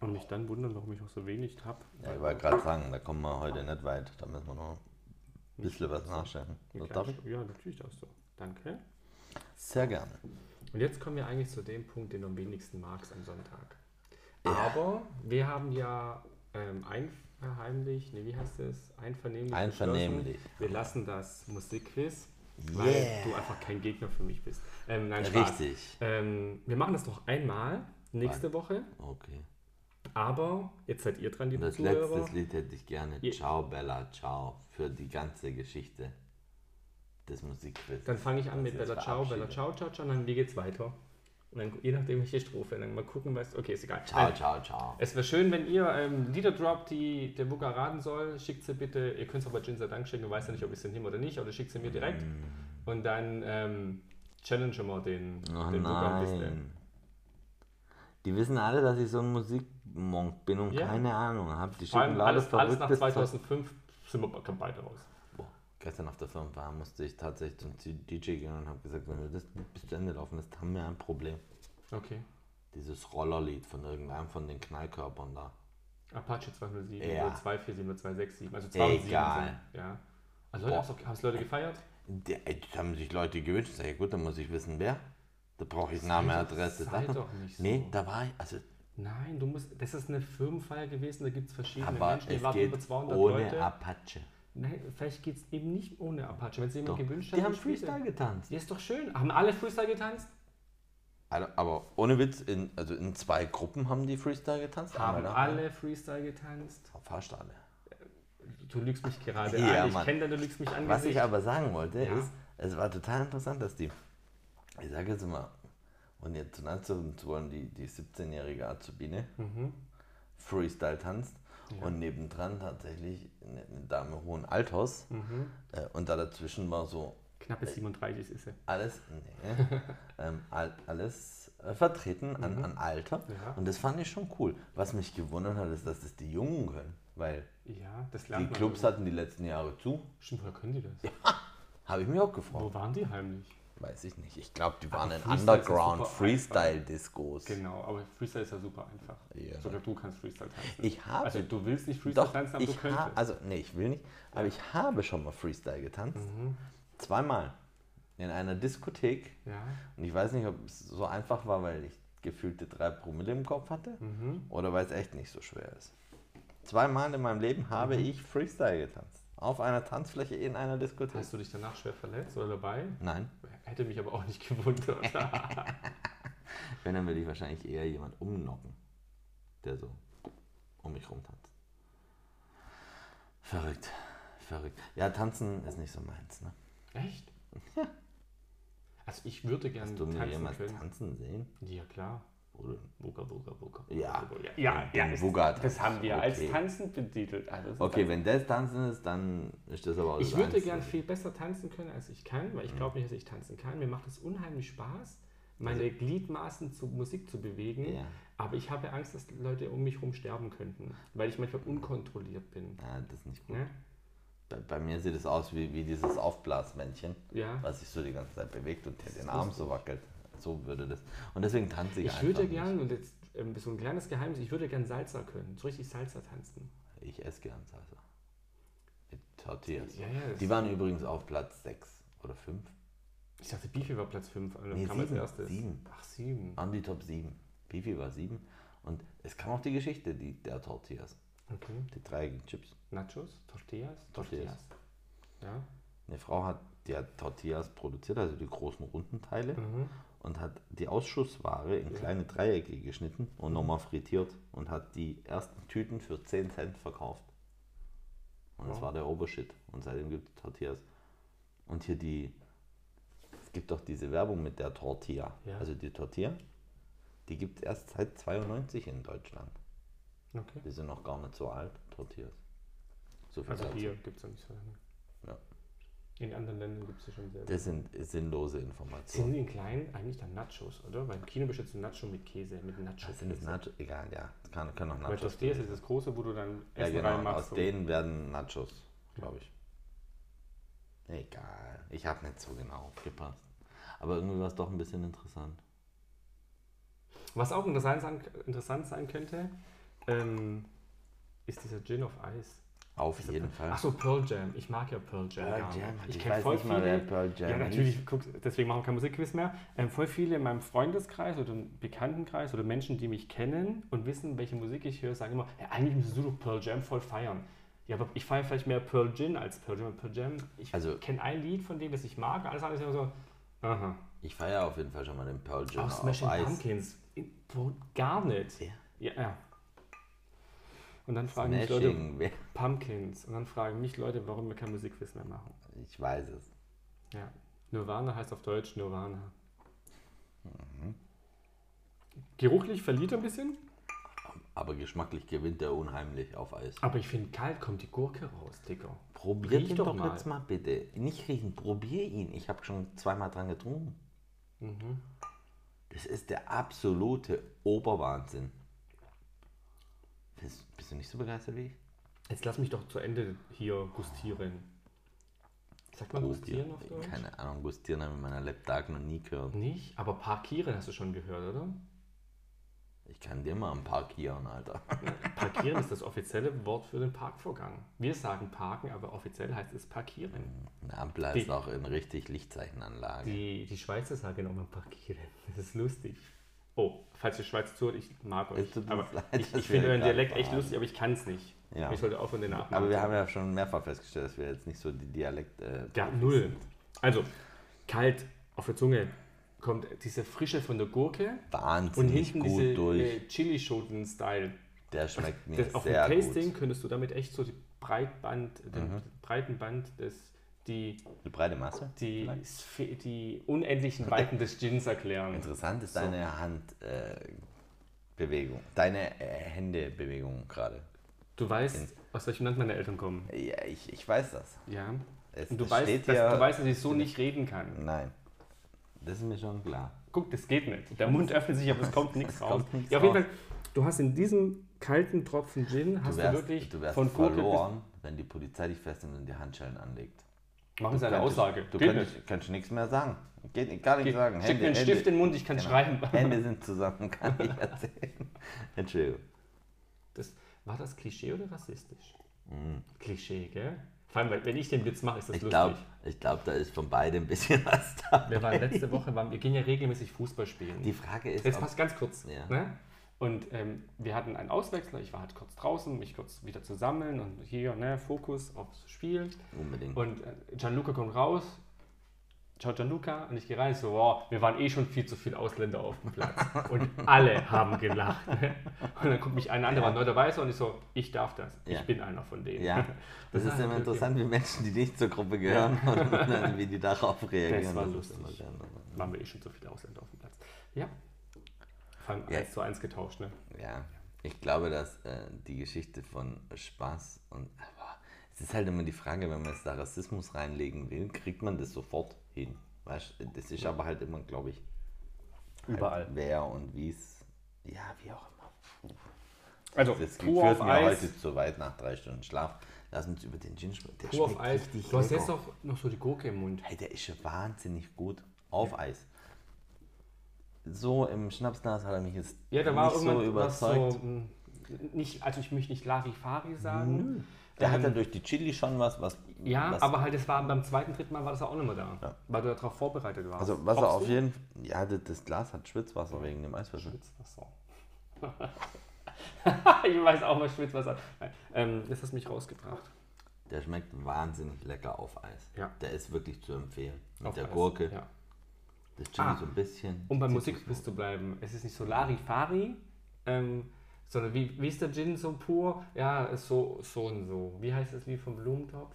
Speaker 2: Und mich dann wundern, warum ich noch so wenig habe.
Speaker 3: Ja, ich wollte gerade sagen, da kommen wir heute nicht weit. Da müssen wir noch ein bisschen was nachstellen. Das darf ich?
Speaker 2: Ja, natürlich darfst du. Danke.
Speaker 3: Sehr gerne.
Speaker 2: Und jetzt kommen wir eigentlich zu dem Punkt, den du am wenigsten magst am Sonntag. Aber wir haben ja ähm, einverheimlich, nee, wie heißt es? Einvernehmlich.
Speaker 3: Einvernehmlich.
Speaker 2: beschlossen, Wir lassen das Musikquiz, weil
Speaker 3: Yeah.
Speaker 2: du einfach kein Gegner für mich bist. Ähm, nein, Spaß.
Speaker 3: Richtig.
Speaker 2: Ähm, wir machen das noch einmal nächste Woche,
Speaker 3: Okay.
Speaker 2: aber jetzt seid ihr dran, liebe
Speaker 3: Das
Speaker 2: Zuhörer.
Speaker 3: letzte Lied hätte ich gerne.
Speaker 2: Je-
Speaker 3: Ciao, Bella, ciao. Für die ganze Geschichte des Also Musikquiz.
Speaker 2: Dann fange ich an mit
Speaker 3: Dass wir
Speaker 2: Bella
Speaker 3: uns
Speaker 2: Ciao, Bella
Speaker 3: verabschieden.
Speaker 2: Ciao, Ciao, Ciao, und dann wie geht's weiter? Und dann, je nachdem, welche Strophe, dann mal gucken, weißt okay, ist egal.
Speaker 3: Ciao, ciao, ciao.
Speaker 2: Es wäre schön, wenn ihr ähm, Lieder droppt, die der Wuka raten soll. Schickt sie bitte. Ihr könnt es auch bei Jinsa Dank schicken. Weiß ja nicht, ob ich es nehme oder nicht. Oder schickt sie mir direkt. Und dann ähm, challengen wir den,
Speaker 3: Mm. Oh
Speaker 2: den Wuka ein bisschen.
Speaker 3: nein. Die wissen alle, dass ich so ein Musikmonk bin und
Speaker 2: Ja.
Speaker 3: keine Ahnung habe. Die
Speaker 2: Vor
Speaker 3: schicken
Speaker 2: allem
Speaker 3: alle
Speaker 2: alles, alles nach
Speaker 3: verrücktes Zeug.
Speaker 2: 2005 sind wir be- beide raus.
Speaker 3: Boah, gestern auf der Firma war, musste ich tatsächlich zum DJ gehen und habe gesagt, wenn wir das nicht bis zu Ende laufen lässt, haben wir ein Problem.
Speaker 2: Okay.
Speaker 3: Dieses Rollerlied von irgendeinem von den Knallkörpern da.
Speaker 2: Apache 207,
Speaker 3: Ja.
Speaker 2: 024, 0267. Also 207.
Speaker 3: Egal.
Speaker 2: sind- Ja. Also Leute, haben es Leute gefeiert?
Speaker 3: Der, ey, das haben sich Leute gewünscht. Ich sag, ja gut, dann muss ich wissen, wer. Da brauche ich Name,
Speaker 2: doch-
Speaker 3: Adresse.
Speaker 2: sei
Speaker 3: Datum.
Speaker 2: doch nicht so.
Speaker 3: Nee, da war ich. Also,
Speaker 2: Nein, du musst. Das ist eine Firmenfeier gewesen. Da gibt es verschiedene
Speaker 3: aber
Speaker 2: Menschen. Die
Speaker 3: es
Speaker 2: warten über
Speaker 3: geht
Speaker 2: 200
Speaker 3: ohne
Speaker 2: Leute.
Speaker 3: Apache.
Speaker 2: Nein, vielleicht geht es eben nicht ohne Apache. Wenn es jemand
Speaker 3: Doch.
Speaker 2: gewünscht hat,
Speaker 3: Die haben
Speaker 2: dann spielt er.
Speaker 3: Freestyle getanzt.
Speaker 2: Ja, ist doch schön. Haben alle Freestyle getanzt?
Speaker 3: Also, aber ohne Witz, in, also in zwei Gruppen haben die Freestyle getanzt.
Speaker 2: Haben
Speaker 3: Einmal nach-
Speaker 2: alle Freestyle getanzt?
Speaker 3: Fast alle.
Speaker 2: Du lügst mich gerade
Speaker 3: Ja,
Speaker 2: an. Ich
Speaker 3: Mann.
Speaker 2: kenne deine, du lügst mich an.
Speaker 3: Was ich
Speaker 2: Gesicht.
Speaker 3: aber sagen wollte,
Speaker 2: Ja.
Speaker 3: ist, es war total interessant, dass die, ich sage jetzt mal, und jetzt zu nahe zu zu wollen, die, die 17-jährige Azubine
Speaker 2: Mhm.
Speaker 3: Freestyle tanzt und nebendran tatsächlich eine, eine Dame im hohen Althaus
Speaker 2: Mhm.
Speaker 3: äh, und da dazwischen war so
Speaker 2: Knappe 37 ist er.
Speaker 3: alles, nee, *laughs* ähm, all, alles äh, vertreten an, an Alter
Speaker 2: Mhm. Ja.
Speaker 3: und das fand ich schon cool. Was mich gewundert hat, ist, dass das die Jungen können, weil
Speaker 2: Ja, das
Speaker 3: die
Speaker 2: lernt man.
Speaker 3: Clubs hatten die letzten Jahre zu.
Speaker 2: Stimmt, woher können die das?
Speaker 3: Habe ich mich auch gefragt.
Speaker 2: Wo waren die heimlich?
Speaker 3: Weiß ich nicht. Ich glaube, die waren in
Speaker 2: Ah, Freestyle ist ja
Speaker 3: Underground
Speaker 2: super
Speaker 3: Freestyle-Discos.
Speaker 2: Genau, aber Freestyle ist ja super einfach.
Speaker 3: Ja.
Speaker 2: Sogar du kannst Freestyle tanzen.
Speaker 3: Ich habe-
Speaker 2: Also du willst nicht Freestyle
Speaker 3: Doch,
Speaker 2: tanzen, aber du
Speaker 3: ich ha-
Speaker 2: könntest.
Speaker 3: also nee, ich will nicht, aber ich habe schon mal Freestyle getanzt.
Speaker 2: Mhm.
Speaker 3: Zweimal in einer Diskothek.
Speaker 2: ja.
Speaker 3: Und ich weiß nicht, ob es so einfach war, weil ich gefühlte drei Promille im Kopf hatte
Speaker 2: mhm.
Speaker 3: oder weil es echt nicht so schwer ist. Zweimal in meinem Leben habe ich Freestyle getanzt. Auf einer Tanzfläche in einer Diskothek.
Speaker 2: Hast du dich danach schwer verletzt oder dabei?
Speaker 3: Nein,
Speaker 2: Hätte mich aber auch nicht *laughs* gewundert.
Speaker 3: *laughs* wenn, dann würde ich wahrscheinlich eher jemand umnocken, der so um mich rumtanzt. Verrückt, verrückt. Ja, tanzen ist nicht so meins, ne?
Speaker 2: Echt? Also ich würde gerne
Speaker 3: Du mir
Speaker 2: tanzen
Speaker 3: jemals
Speaker 2: können.
Speaker 3: tanzen sehen?
Speaker 2: Ja, klar.
Speaker 3: Oder?
Speaker 2: Buga, buga, buga.
Speaker 3: Ja.
Speaker 2: buga, buga. Ja, ja,
Speaker 3: Den
Speaker 2: ist,
Speaker 3: Buga
Speaker 2: das haben wir als
Speaker 3: okay.
Speaker 2: tanzend betitelt. Also das ist
Speaker 3: Okay,
Speaker 2: tanzend.
Speaker 3: wenn äh, das Tanzen ist, dann ist das aber auch
Speaker 2: ich
Speaker 3: das
Speaker 2: würde
Speaker 3: Einzige.
Speaker 2: gern viel besser tanzen können, als ich kann, weil ich
Speaker 3: Mhm.
Speaker 2: glaube nicht, dass ich tanzen kann. Mir macht es unheimlich Spaß, meine Gliedmaßen zu Musik zu bewegen.
Speaker 3: Also- Ja.
Speaker 2: Aber ich habe Angst, dass Leute um mich herum sterben könnten, weil ich manchmal unkontrolliert bin.
Speaker 3: Ja, das ist nicht gut.
Speaker 2: Ne?
Speaker 3: Bei, bei mir sieht es aus wie, wie dieses Aufblasmännchen,
Speaker 2: Ja.
Speaker 3: was sich so die ganze Zeit bewegt und der den Arm so wackelt. So würde das. Und deswegen tanze ich,
Speaker 2: Ich
Speaker 3: einfach
Speaker 2: würde
Speaker 3: nicht.
Speaker 2: gern, und jetzt ähm, so ein kleines Geheimnis, ich würde gern Salsa können, so richtig Salsa tanzen.
Speaker 3: Ich esse gern Salsa. Mit Tortillas.
Speaker 2: Ja, ja, das-
Speaker 3: Die waren übrigens auf Platz 6 oder 5.
Speaker 2: Ich dachte, Beefy war Platz 5, also
Speaker 3: Nee,
Speaker 2: kam als
Speaker 3: sieben,
Speaker 2: erstes.
Speaker 3: sieben. Ah.
Speaker 2: Ach, 7.
Speaker 3: Waren die Top 7. Pipi war 7. Und es kam auch die Geschichte die, der Tortillas.
Speaker 2: Okay.
Speaker 3: Die dreieckigen Chips.
Speaker 2: Nachos, Tortillas,
Speaker 3: Tortillas.
Speaker 2: Tortillas. Ja.
Speaker 3: Eine Frau hat, die hat Tortillas produziert, also die großen runden Teile,
Speaker 2: Mhm.
Speaker 3: und hat die Ausschussware in kleine Dreiecke geschnitten und nochmal frittiert und hat die ersten Tüten für 10 Cent verkauft. Und das war der Obershit. Und seitdem gibt es Tortillas. Und hier die, es gibt doch diese Werbung mit der Tortilla.
Speaker 2: Ja.
Speaker 3: Also die Tortilla, die gibt es erst seit 92 in Deutschland.
Speaker 2: Okay.
Speaker 3: Die sind noch gar nicht so alt, Tortillas. So viel
Speaker 2: Also
Speaker 3: dazu.
Speaker 2: hier gibt es ja nicht so lange.
Speaker 3: Ja.
Speaker 2: In anderen Ländern gibt es ja schon sehr
Speaker 3: Das sind sinnlose Informationen.
Speaker 2: Sind die in klein eigentlich dann Nachos, oder? Beim Kino bestellst du Nacho mit Käse, mit Nacho.
Speaker 3: Das sind jetzt Nachos, egal, ja. Das kann, können auch
Speaker 2: Bei
Speaker 3: Nachos
Speaker 2: Tostiers ist das große, wo du dann
Speaker 3: Ja,
Speaker 2: Essen
Speaker 3: genau. Und
Speaker 2: reinmachst.
Speaker 3: aus
Speaker 2: und-
Speaker 3: denen werden Nachos, glaube ich. Egal. Ich habe nicht so genau aufgepasst. Aber irgendwie war es doch ein bisschen interessant.
Speaker 2: Was auch interessant sein, interessant sein könnte, ähm, ist dieser Gin of Ice.
Speaker 3: Auf jeden Fall.
Speaker 2: Achso, Pearl Jam. Ich mag ja Pearl Jam.
Speaker 3: Pearl
Speaker 2: gar nicht.
Speaker 3: Jam. also Ich
Speaker 2: kenn
Speaker 3: weiß nicht mal, wer Pearl Jam
Speaker 2: Ja,
Speaker 3: ist.
Speaker 2: natürlich. Guck, deswegen machen wir kein Musikquiz mehr. Ähm, voll viele in meinem Freundeskreis oder im Bekanntenkreis oder Menschen, die mich kennen und wissen, welche Musik ich höre, sagen immer: ja, eigentlich müsstest du doch Pearl Jam voll feiern. Ja, aber ich feiere vielleicht mehr Pearl Gin als Pearl Jam. Und Pearl Jam, ich
Speaker 3: Also-
Speaker 2: kenne ein Lied von denen, das ich mag. Alles andere ist immer so. Aha.
Speaker 3: Ich feiere auf jeden Fall schon mal den Pearl Jam
Speaker 2: Auch
Speaker 3: auf
Speaker 2: Smashing
Speaker 3: Eis.
Speaker 2: Pumpkins. In- Wo, gar nicht.
Speaker 3: Ja.
Speaker 2: Ja, ja. Und dann fragen mich Leute
Speaker 3: Smashing. Wer-
Speaker 2: Pumpkins. Und dann fragen mich Leute, warum wir kein Musikquiz mehr machen.
Speaker 3: Ich weiß es.
Speaker 2: Ja. Nirvana heißt auf Deutsch Nirvana.
Speaker 3: Mhm.
Speaker 2: Geruchlich verliert er ein bisschen,
Speaker 3: Aber geschmacklich gewinnt er unheimlich auf Eis.
Speaker 2: aber ich finde, kalt kommt die Gurke raus, Dicker.
Speaker 3: Probier
Speaker 2: riech
Speaker 3: den
Speaker 2: doch
Speaker 3: doch
Speaker 2: mal.
Speaker 3: jetzt mal bitte. Nicht riechen, probier ihn. Ich habe schon zweimal dran getrunken.
Speaker 2: Mhm.
Speaker 3: Das ist der absolute Oberwahnsinn. Bist, bist du nicht so begeistert wie ich?
Speaker 2: Jetzt lass mich doch zu Ende hier gustieren. Sagt man gustieren auf Deutsch?
Speaker 3: Keine Ahnung, gustieren habe ich in meiner Lebtag noch nie gehört.
Speaker 2: Nicht, aber parkieren hast du schon gehört, oder?
Speaker 3: Ich kann dir mal am Parkieren, Alter. *laughs*
Speaker 2: Parkieren ist das offizielle Wort für den Parkvorgang. Wir sagen parken, aber offiziell heißt es parkieren.
Speaker 3: Eine Ampel heißt
Speaker 2: Die-
Speaker 3: auch in richtig Lichtzeichenanlage.
Speaker 2: Die, die Schweizer sagen auch mal parkieren. Das ist lustig. Oh, falls die Schweiz zuhört, ich mag euch.
Speaker 3: Es tut uns
Speaker 2: Aber
Speaker 3: leid,
Speaker 2: ich,
Speaker 3: dass
Speaker 2: ich finde
Speaker 3: wir
Speaker 2: euren
Speaker 3: gerade
Speaker 2: Dialekt echt
Speaker 3: waren.
Speaker 2: lustig, aber ich kann es nicht.
Speaker 3: Ja.
Speaker 2: Ich sollte aufhören, den nachmachen.
Speaker 3: Aber wir haben ja schon mehrfach festgestellt, dass wir jetzt nicht so die Dialekt. Äh,
Speaker 2: Ja, null. Also, kalt auf der Zunge kommt diese Frische von der Gurke und
Speaker 3: wahnsinnig
Speaker 2: hinten
Speaker 3: gut
Speaker 2: diese
Speaker 3: durch.
Speaker 2: äh, Chili-Schoten-Style.
Speaker 3: Der schmeckt mir
Speaker 2: Das, auf dem
Speaker 3: sehr
Speaker 2: Tasting
Speaker 3: gut. Mhm.
Speaker 2: könntest du damit echt so die Breitband, äh, den breiten Band, des, die
Speaker 3: Eine breite Masse.
Speaker 2: die, Sphe- die unendlichen
Speaker 3: *laughs*
Speaker 2: Weiten des Gins erklären.
Speaker 3: Interessant ist deine Handbewegung, äh, Bewegung. deine äh, Händebewegung gerade.
Speaker 2: Du weißt, aus welchem Land meine Eltern kommen.
Speaker 3: Ja, ich, ich weiß das.
Speaker 2: Ja.
Speaker 3: Es,
Speaker 2: Und du
Speaker 3: es
Speaker 2: weißt,
Speaker 3: steht
Speaker 2: dass,
Speaker 3: ja-
Speaker 2: du weißt, dass ich so nicht reden kann.
Speaker 3: Nein, das ist mir schon klar.
Speaker 2: Guck, das geht nicht. Der Mund öffnet sich, aber
Speaker 3: *laughs*
Speaker 2: es kommt nichts raus.
Speaker 3: kommt nichts
Speaker 2: Ja, auf jeden
Speaker 3: raus.
Speaker 2: Fall, du hast in diesem kalten Tropfen Gin, hast du, wirklich
Speaker 3: du wärst
Speaker 2: von Gurke bis
Speaker 3: verloren, wenn die Polizei dich festnimmt und dir Handschellen anlegt.
Speaker 2: Machen Sie eine
Speaker 3: Kannst
Speaker 2: Aussage.
Speaker 3: Du
Speaker 2: Geht
Speaker 3: kannst,
Speaker 2: nicht.
Speaker 3: kannst nichts mehr sagen. Geht, gar nichts
Speaker 2: Geht-
Speaker 3: sagen. Genau.
Speaker 2: steck mir einen Stift in den Mund, ich kann schreiben. *laughs*
Speaker 3: Hände sind zusammen, *laughs* kann ich erzählen. Entschuldigung.
Speaker 2: Das, war das Klischee oder rassistisch? Klischee, gell? Vor allem, weil, wenn ich den Witz mache, ist das
Speaker 3: Mhm. Ich
Speaker 2: lustig.
Speaker 3: glaube, ich glaub, da ist von beidem ein bisschen was da.
Speaker 2: Wir waren
Speaker 3: *laughs*
Speaker 2: letzte Woche, waren, wir gehen ja regelmäßig Fußball spielen.
Speaker 3: Die Frage ist,
Speaker 2: Jetzt
Speaker 3: ob-
Speaker 2: passt ganz kurz.
Speaker 3: Ja.
Speaker 2: Ne? Und ähm, wir hatten einen Auswechsler, ich war halt kurz draußen, mich kurz wieder zu sammeln und hier, ne, Fokus aufs Spiel.
Speaker 3: unbedingt.
Speaker 2: Und äh, Gianluca kommt raus, schaut Gianluca und ich gehe rein, ich so, wow, wir waren eh schon viel zu viele Ausländer auf dem
Speaker 3: *laughs*
Speaker 2: Platz. Und alle haben gelacht. Ne? Und dann guckt mich einer an, der war neu dabei so, und ich so, ich darf das,
Speaker 3: Ja.
Speaker 2: ich bin einer von denen.
Speaker 3: ja, das ist immer interessant, wie Menschen, die nicht zur Gruppe gehören, *laughs* und dann, wie die darauf reagieren.
Speaker 2: Das war
Speaker 3: ist
Speaker 2: lustig.
Speaker 3: immer sehr interessant.
Speaker 2: *laughs* Waren wir eh schon zu viele Ausländer auf dem Platz. Ja. Vor allem
Speaker 3: Ja.
Speaker 2: 1 zu 1 getauscht, ne?
Speaker 3: Ja, ich glaube, dass äh, die Geschichte von Spaß und. Aber es ist halt immer die Frage, wenn man jetzt da Rassismus reinlegen will, kriegt man das sofort hin. Weißt du, das ist aber halt immer, glaube ich, halt
Speaker 2: Überall.
Speaker 3: wer und wie es. Ja, wie auch immer.
Speaker 2: Also,
Speaker 3: Das
Speaker 2: Tour
Speaker 3: führt
Speaker 2: auf
Speaker 3: mir
Speaker 2: Eis.
Speaker 3: heute zu weit nach drei Stunden Schlaf. Lass uns über den Gin sprechen. Der
Speaker 2: Pur auf
Speaker 3: schmeckt
Speaker 2: Eis.
Speaker 3: richtig
Speaker 2: Du hast jetzt
Speaker 3: lecker.
Speaker 2: auch noch so die Gurke im Mund.
Speaker 3: Hey, der ist ja wahnsinnig gut auf Eis. So im Schnapsglas hat er mich jetzt
Speaker 2: Ja, da war
Speaker 3: nicht so
Speaker 2: irgendwann was
Speaker 3: überzeugt.
Speaker 2: So, mh, nicht, also ich möchte nicht Larifari sagen.
Speaker 3: Der hat ja durch die Chili schon was, was.
Speaker 2: ähm, Ja,
Speaker 3: was,
Speaker 2: aber halt, es war beim zweiten, dritten Mal war das auch nicht mehr da, weil du darauf vorbereitet warst.
Speaker 3: Also, was er
Speaker 2: Hoffst
Speaker 3: auf
Speaker 2: du?
Speaker 3: jeden Fall. Ja, das, das Glas hat Schwitzwasser wegen dem Eiswürfel.
Speaker 2: Ach so. *laughs* ich weiß auch, was schwitzt was an. Nein, Ähm, das hast mich rausgebracht.
Speaker 3: Der schmeckt wahnsinnig lecker auf Eis.
Speaker 2: Ja.
Speaker 3: Der ist wirklich zu empfehlen. Mit
Speaker 2: Auf
Speaker 3: der
Speaker 2: Eis.
Speaker 3: Gurke,
Speaker 2: Ja.
Speaker 3: das Chili
Speaker 2: Ah,
Speaker 3: so ein bisschen.
Speaker 2: Um bei
Speaker 3: Zitrus-
Speaker 2: Musikquiz zu bleiben, es ist nicht so Larifari, ähm, sondern wie, wie ist der Gin so pur? Ja, ist so, so und so. Wie heißt das Lied vom Blumentopf?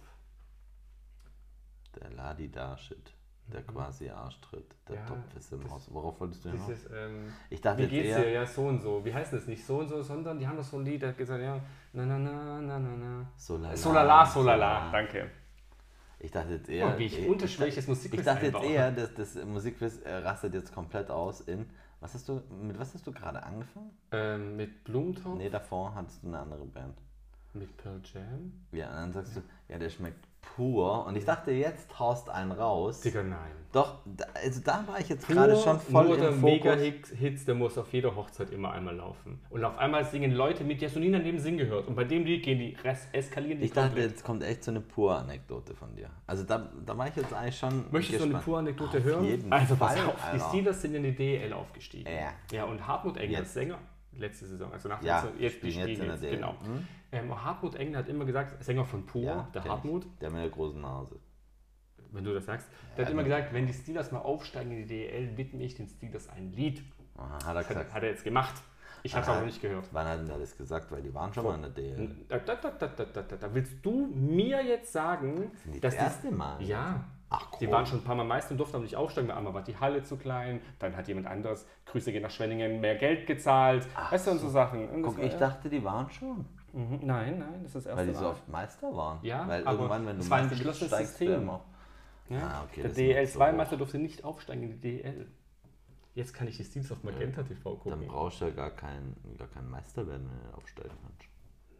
Speaker 3: Der Ladi-Da-Shit. Der quasi Arschtritt. Der
Speaker 2: Mhm. Ja,
Speaker 3: Topf ist im Haus. Worauf wolltest du hinaus?
Speaker 2: Dieses, ähm,
Speaker 3: Genau. Ich dachte
Speaker 2: wie
Speaker 3: jetzt
Speaker 2: geht's
Speaker 3: eher-
Speaker 2: dir? Ja, so und so. Wie heißt das nicht? So und so, sondern die haben doch so ein Lied, da hat gesagt, ja, na na na na na na.
Speaker 3: Solala.
Speaker 2: Solala, solala, danke.
Speaker 3: Ich dachte jetzt eher.
Speaker 2: Oh, wie ich
Speaker 3: *laughs* ich-
Speaker 2: unterschwelliges Musikquiz
Speaker 3: Ich dachte jetzt
Speaker 2: einbaue.
Speaker 3: eher, dass das Musikquiz äh, rastet jetzt komplett aus in. Was hast du, mit was hast du gerade angefangen?
Speaker 2: Ähm, mit Blumentopf,
Speaker 3: Nee, davor hattest du eine andere Band.
Speaker 2: mit Pearl Jam.
Speaker 3: Ja, und dann sagst du, ja, der schmeckt pur. Und ich dachte, jetzt haust einen raus.
Speaker 2: Digga, nein.
Speaker 3: Doch, da, also da war ich jetzt gerade schon voll
Speaker 2: nur der
Speaker 3: im Fokus.
Speaker 2: Mega-Hits, der muss auf jeder Hochzeit immer einmal laufen. Und auf einmal singen Leute mit, die hast du nie in deinem Leben singen gehört. Und bei dem Lied gehen die, res- eskalieren die
Speaker 3: Ich dachte, jetzt kommt echt so eine pure Anekdote von dir. Also da, da war ich jetzt eigentlich schon.
Speaker 2: Möchtest du eine
Speaker 3: gespannt.
Speaker 2: pure Anekdote
Speaker 3: Auf
Speaker 2: hören?
Speaker 3: Jeden
Speaker 2: also
Speaker 3: Fall,
Speaker 2: pass auf, die
Speaker 3: Alter.
Speaker 2: Steelers sind in die DEL aufgestiegen.
Speaker 3: Ja.
Speaker 2: Ja, und Hartmut Engel,
Speaker 3: Jetzt.
Speaker 2: als Sänger, letzte Saison, also nach der
Speaker 3: Ja,
Speaker 2: Saison, jetzt die
Speaker 3: spielen
Speaker 2: spielen
Speaker 3: jetzt
Speaker 2: jetzt,
Speaker 3: in der DEL.
Speaker 2: genau. Ähm, Hartmut Engel hat immer gesagt, Sänger von Pur,
Speaker 3: Ja,
Speaker 2: der
Speaker 3: kenn
Speaker 2: Hartmut,
Speaker 3: Ich. Der mit der großen Nase.
Speaker 2: wenn du das sagst, der hat immer gesagt, wenn die Steelers mal aufsteigen in die DEL, widme ich den Steelers ein Lied.
Speaker 3: Aha, hat er
Speaker 2: Hat,
Speaker 3: gesagt.
Speaker 2: hat er jetzt gemacht. Ich habe es
Speaker 3: Aha.
Speaker 2: auch noch nicht gehört.
Speaker 3: Wann hat denn der das gesagt? Weil die waren schon mal in der DL.
Speaker 2: Da, da, da, da, da, da, da, da willst du mir jetzt sagen,
Speaker 3: die
Speaker 2: dass
Speaker 3: das erste Mal.
Speaker 2: die, ja,
Speaker 3: Ach,
Speaker 2: die
Speaker 3: cool.
Speaker 2: waren schon ein paar Mal Meister und durften aber nicht aufsteigen, weil einmal war die Halle zu klein, dann hat jemand anderes, Grüße gehen nach Schwenningen, mehr Geld gezahlt, weißt du, und so Sachen. Und das
Speaker 3: Guck,
Speaker 2: war-
Speaker 3: ich dachte, die waren schon.
Speaker 2: Mhm, nein, nein, das ist das erste
Speaker 3: Weil die so
Speaker 2: Mal.
Speaker 3: oft Meister waren.
Speaker 2: Ja,
Speaker 3: weil
Speaker 2: aber
Speaker 3: irgendwann, wenn du
Speaker 2: es war ein
Speaker 3: Meister bist,
Speaker 2: geschlossenes
Speaker 3: steigst du
Speaker 2: System.
Speaker 3: immer.
Speaker 2: ja?
Speaker 3: Ah,
Speaker 2: der
Speaker 3: okay, das macht so hoch.
Speaker 2: DEL-2-Meister durfte nicht aufsteigen in die DEL. Jetzt kann ich die Steams auf Magenta TV
Speaker 3: Dann
Speaker 2: gucken.
Speaker 3: brauchst du ja gar keinen gar kein Meister werden, wenn du aufsteigen kannst.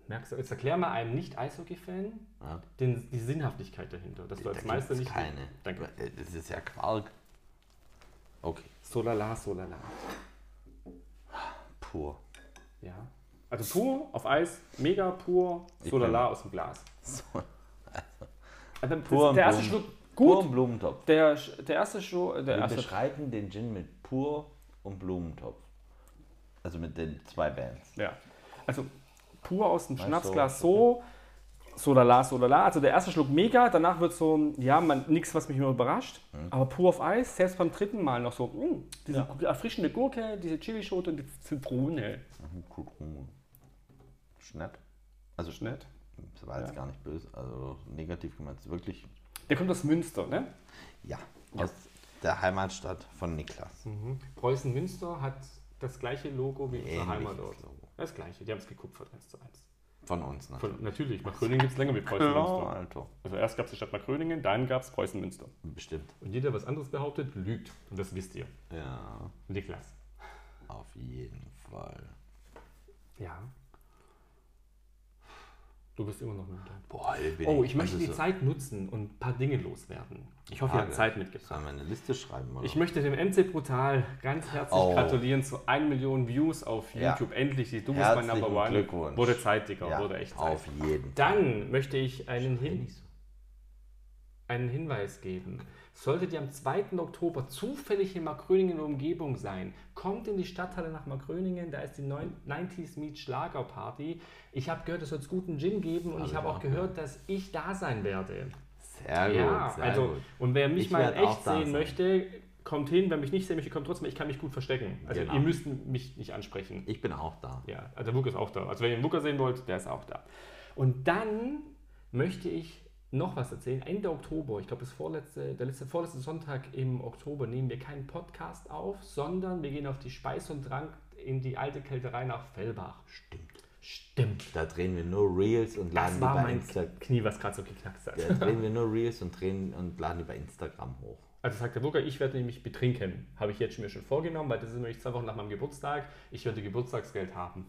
Speaker 2: Merkst du, jetzt erklär mal einem Nicht-Eishockey-Fan
Speaker 3: Ja?
Speaker 2: den- die Sinnhaftigkeit dahinter, dass du als
Speaker 3: Da
Speaker 2: Meister
Speaker 3: gibt's
Speaker 2: nicht...
Speaker 3: keine. äh,
Speaker 2: Danke.
Speaker 3: Das ist ja Quark. Okay,
Speaker 2: Solala, solala.
Speaker 3: pur.
Speaker 2: Ja. Also pur auf Eis, mega pur, solala aus dem Glas.
Speaker 3: So.
Speaker 2: Also
Speaker 3: Pur
Speaker 2: der erste
Speaker 3: und
Speaker 2: Schluck
Speaker 3: Pur
Speaker 2: gut,
Speaker 3: und Blumentopf.
Speaker 2: der, der erste Schluck, der
Speaker 3: Wir
Speaker 2: erste
Speaker 3: beschreiben den Gin mit pur und Blumentopf. Also mit den zwei Bands.
Speaker 2: ja. Also pur aus dem
Speaker 3: Weißt
Speaker 2: Schnapsglas
Speaker 3: du,
Speaker 2: so, solala, solala. Also der erste Schluck mega, danach wird so, ein- ja, man, nix, was mich immer überrascht.
Speaker 3: Mhm.
Speaker 2: Aber pur auf Eis, selbst beim dritten Mal noch so, mh, diese erfrischende Gurke, diese Chilischote und die Zitrone.
Speaker 3: Schnett. Also
Speaker 2: Nett.
Speaker 3: Das war jetzt gar nicht böse, also negativ gemeint. Es ist Wirklich,
Speaker 2: Der kommt aus Münster, ne?
Speaker 3: ja, aus der Heimatstadt von Niklas.
Speaker 2: Mhm. Preußen-Münster hat das gleiche Logo wie unsere
Speaker 3: Ähnliches
Speaker 2: Heimatort.
Speaker 3: Logo.
Speaker 2: Das gleiche, die haben es gekupfert, eins zu eins.
Speaker 3: Von uns natürlich.
Speaker 2: Von, natürlich, bei Gröningen gibt es länger wie
Speaker 3: Genau,
Speaker 2: Preußen-Münster.
Speaker 3: Alter.
Speaker 2: Also erst gab es die Stadt Gröningen, dann gab es Preußen-Münster.
Speaker 3: Bestimmt.
Speaker 2: Und jeder, was anderes behauptet, lügt. Und das wisst ihr.
Speaker 3: Ja,
Speaker 2: Niklas.
Speaker 3: auf jeden Fall.
Speaker 2: Ja. Du bist immer noch müde.
Speaker 3: Boah, ey, bin
Speaker 2: Oh, ich möchte
Speaker 3: also
Speaker 2: die
Speaker 3: so-
Speaker 2: Zeit nutzen und ein paar Dinge loswerden. Ich hoffe, ihr habt
Speaker 3: Frage.
Speaker 2: Zeit mitgebracht.
Speaker 3: Sollen wir eine Liste schreiben? Oder?
Speaker 2: Ich möchte dem MC Brutal ganz herzlich
Speaker 3: Oh.
Speaker 2: gratulieren zu 1 Million Views auf
Speaker 3: Ja.
Speaker 2: YouTube. Endlich, du bist mein
Speaker 3: Herzlichen
Speaker 2: Number One.
Speaker 3: Glückwunsch.
Speaker 2: Wurde Zeit, Digga.
Speaker 3: ja,
Speaker 2: Wurde echt Zeit.
Speaker 3: Auf jeden
Speaker 2: Dann möchte ich einen,
Speaker 3: Fall.
Speaker 2: Hin einen Hinweis geben. Solltet ihr am 2. Oktober zufällig in Markgröningen und Umgebung sein, kommt in die Stadthalle nach Markgröningen, da ist die 9 90s Meet Schlager Party. Ich habe gehört, es soll guten Gin geben und
Speaker 3: Hab
Speaker 2: ich
Speaker 3: ich
Speaker 2: habe auch
Speaker 3: auch
Speaker 2: gehört, dass ich da sein werde.
Speaker 3: Sehr gut.
Speaker 2: Ja,
Speaker 3: sehr
Speaker 2: also,
Speaker 3: gut.
Speaker 2: und wer mich
Speaker 3: Ich
Speaker 2: mal in
Speaker 3: werd auch
Speaker 2: echt
Speaker 3: da
Speaker 2: sehen
Speaker 3: sein.
Speaker 2: möchte, kommt hin. Wer mich nicht sehen möchte, kommt trotzdem. Ich kann mich gut verstecken. Also,
Speaker 3: Genau.
Speaker 2: ihr müsst mich nicht ansprechen.
Speaker 3: Ich bin auch da.
Speaker 2: Ja, also der Wuck ist auch da. Also, wenn ihr den Wucker sehen wollt, der ist auch da. Und dann möchte ich noch was erzählen. Ende Oktober, ich glaube, das vorletzte, der letzte, vorletzte Sonntag im Oktober nehmen wir keinen Podcast auf, sondern wir gehen auf die Speis und Trank in die alte Kälterei nach Fellbach.
Speaker 3: Stimmt.
Speaker 2: Stimmt.
Speaker 3: Da drehen wir nur Reels und laden
Speaker 2: Das
Speaker 3: die
Speaker 2: war
Speaker 3: bei
Speaker 2: mein
Speaker 3: Instagram.
Speaker 2: Knie, was gerade so geknackst hat.
Speaker 3: *laughs* Da drehen wir nur Reels und, drehen und laden die bei Instagram hoch.
Speaker 2: Also sagt der Burger, ich werde nämlich betrinken. Habe ich jetzt mir schon vorgenommen, weil das ist nämlich zwei Wochen nach meinem Geburtstag. Ich werde Geburtstagsgeld
Speaker 3: *laughs*
Speaker 2: haben.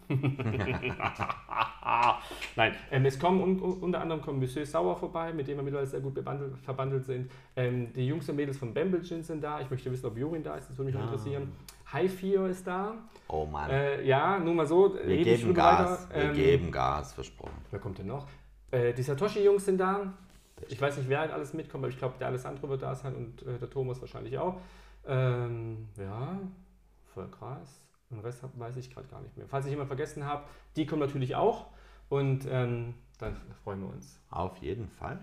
Speaker 2: Nein, ähm, es kommen un un- unter anderem kommen Monsieur Sauer vorbei, mit dem wir mittlerweile sehr gut bebandelt, verbandelt sind. Ähm, die Jungs und Mädels von Bamble Gin sind da. Ich möchte wissen, ob Jorin da ist, das würde mich
Speaker 3: Ah.
Speaker 2: noch interessieren. High Fear ist da.
Speaker 3: Oh Mann.
Speaker 2: Äh, ja, nur mal so.
Speaker 3: wir geben Gas.
Speaker 2: Ähm,
Speaker 3: Wir geben Gas, versprochen.
Speaker 2: Wer kommt denn noch? Äh, die Satoshi-Jungs sind da. Ich weiß nicht, wer halt alles mitkommt, aber ich glaube, der Alessandro wird da sein und äh, der Thomas wahrscheinlich auch. Ähm, ja, voll krass. Und den Rest hab, weiß ich gerade gar nicht mehr. Falls ich jemand vergessen habe, die kommen natürlich auch. Und ähm, dann freuen wir uns.
Speaker 3: Auf jeden Fall.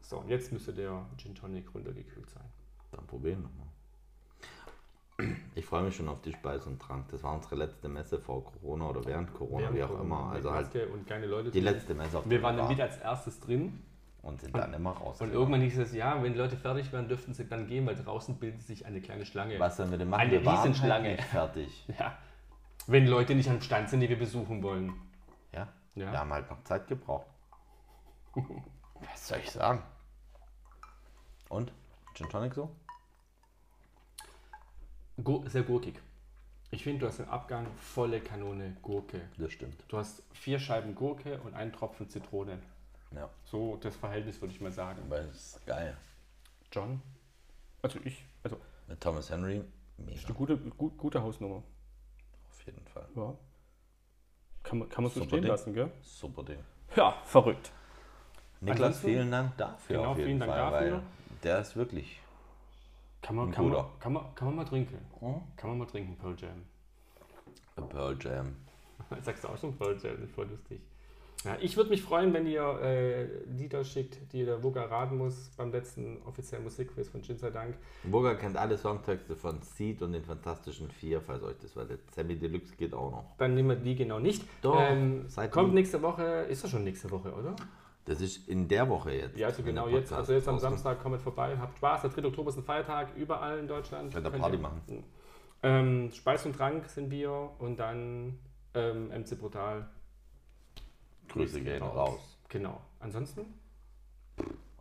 Speaker 2: So, und jetzt müsste der Gin Tonic runtergekühlt sein.
Speaker 3: Dann probieren wir mal. Ich freue mich schon auf die Speis und Trank. Das war unsere letzte Messe vor Corona oder während Corona, wie auch immer. Also
Speaker 2: Mit
Speaker 3: halt
Speaker 2: Maske und keine Leute.
Speaker 3: die letzte Messe auf
Speaker 2: wir
Speaker 3: der
Speaker 2: waren dann
Speaker 3: Bar
Speaker 2: wieder als erstes drin.
Speaker 3: und sind dann immer raus.
Speaker 2: Und irgendwann hieß es, ja, wenn die Leute fertig waren, dürften sie dann gehen, weil draußen bildet sich eine kleine Schlange.
Speaker 3: Was sollen wir denn machen?
Speaker 2: Eine
Speaker 3: wir waren halt
Speaker 2: Riesenschlange.
Speaker 3: nicht fertig.
Speaker 2: Ja. Wenn Leute nicht am Stand sind, die wir besuchen wollen.
Speaker 3: Ja?
Speaker 2: Ja.
Speaker 3: Wir haben halt noch
Speaker 2: *laughs*
Speaker 3: Zeit gebraucht. Was soll ich sagen? Und? Gin Tonic so?
Speaker 2: Gur sehr gurkig. Ich finde, du hast im Abgang volle Kanone Gurke.
Speaker 3: Das stimmt.
Speaker 2: Du hast vier Scheiben Gurke und einen Tropfen Zitrone.
Speaker 3: Ja,
Speaker 2: So das Verhältnis würde ich mal sagen.
Speaker 3: weil es ist geil.
Speaker 2: John? Also ich. Also
Speaker 3: Mit Thomas Henry, mega.
Speaker 2: eine gute, gut, gute Hausnummer.
Speaker 3: Auf jeden Fall.
Speaker 2: Ja. Kann, man- kann man so
Speaker 3: Super
Speaker 2: stehen
Speaker 3: Ding.
Speaker 2: lassen, gell?
Speaker 3: Super Ding.
Speaker 2: Ja, verrückt.
Speaker 3: Niklas,
Speaker 2: Ansonsten-
Speaker 3: vielen Dank dafür.
Speaker 2: Genau,
Speaker 3: auf jeden
Speaker 2: vielen Dank
Speaker 3: Fall,
Speaker 2: dafür.
Speaker 3: Weil der ist wirklich.
Speaker 2: Kann man,
Speaker 3: Ein
Speaker 2: kann, man,
Speaker 3: guter.
Speaker 2: kann, man, kann man mal trinken. Kann man mal trinken, Pearl Jam.
Speaker 3: A hm, Pearl Jam.
Speaker 2: Sagst du auch schon voll, sehr- voll lustig. Ja, ich würde mich freuen, wenn ihr äh, Lieder schickt, die der Wugger raten muss beim letzten offiziellen Musikquiz von Jin sei Dank.
Speaker 3: Burger kennt alle Songtexte von Seed und den Fantastischen Vier, falls euch das war. Der Sammy Deluxe geht auch noch.
Speaker 2: Dann nehmen wir die genau nicht.
Speaker 3: Doch,
Speaker 2: ähm,
Speaker 3: seid
Speaker 2: kommt
Speaker 3: lieb.
Speaker 2: nächste Woche, ist das schon nächste Woche, oder?
Speaker 3: Das ist in der Woche jetzt.
Speaker 2: Ja, also
Speaker 3: wenn der
Speaker 2: genau jetzt,
Speaker 3: Podcast
Speaker 2: also jetzt am
Speaker 3: rauskommt.
Speaker 2: Samstag kommt vorbei, habt Spaß. Der 3. Oktober ist ein Feiertag, überall in Deutschland.
Speaker 3: Könnt ihr
Speaker 2: Könnt
Speaker 3: Party
Speaker 2: ihr-
Speaker 3: machen.
Speaker 2: Ähm, Speis und Trank sind wir und dann ähm, MC Brutal.
Speaker 3: Grüße gehen raus.
Speaker 2: Genau. Ansonsten?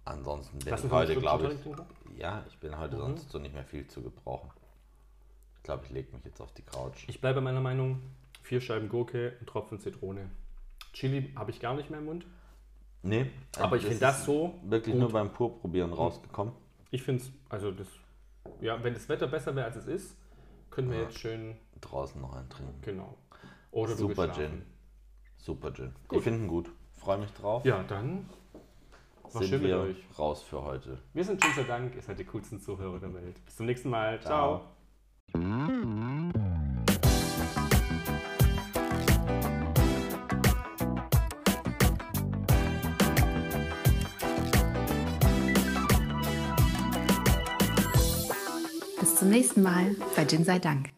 Speaker 3: Ansonsten bin
Speaker 2: Lassen
Speaker 3: ich
Speaker 2: wir uns
Speaker 3: heute,
Speaker 2: kurz
Speaker 3: glaube
Speaker 2: Tonic
Speaker 3: ich.
Speaker 2: trinken? Mhm.
Speaker 3: Ja, ich bin heute sonst so nicht mehr viel zu gebrauchen. Ich glaube, ich lege mich jetzt auf die Couch.
Speaker 2: Ich bleibe bei meiner Meinung. Vier Scheiben Gurke, ein Tropfen Zitrone. Chili habe ich gar nicht mehr im Mund.
Speaker 3: Nee, äh,
Speaker 2: Aber ich finde das
Speaker 3: ist
Speaker 2: so
Speaker 3: Wirklich
Speaker 2: gut. Mhm.
Speaker 3: nur beim Purprobieren rausgekommen.
Speaker 2: Ich finde es, also das, ja, wenn das Wetter besser wäre, als es ist, könnten wir jetzt schön,
Speaker 3: Draußen noch einen trinken.
Speaker 2: genau. Oder du
Speaker 3: Super
Speaker 2: gehst schlafen.
Speaker 3: Gin. Super Gin.
Speaker 2: Gut.
Speaker 3: Ich finde ihn gut. Freue mich drauf.
Speaker 2: Ja, dann,
Speaker 3: Sind
Speaker 2: schön mit
Speaker 3: wir
Speaker 2: euch.
Speaker 3: raus für heute.
Speaker 2: wir sind Gin sei Dank, ihr seid die coolsten Zuhörer der Welt. Bis zum nächsten Mal.
Speaker 3: Ciao.
Speaker 2: Ciao.
Speaker 1: Bis zum nächsten Mal bei Gin sei Dank.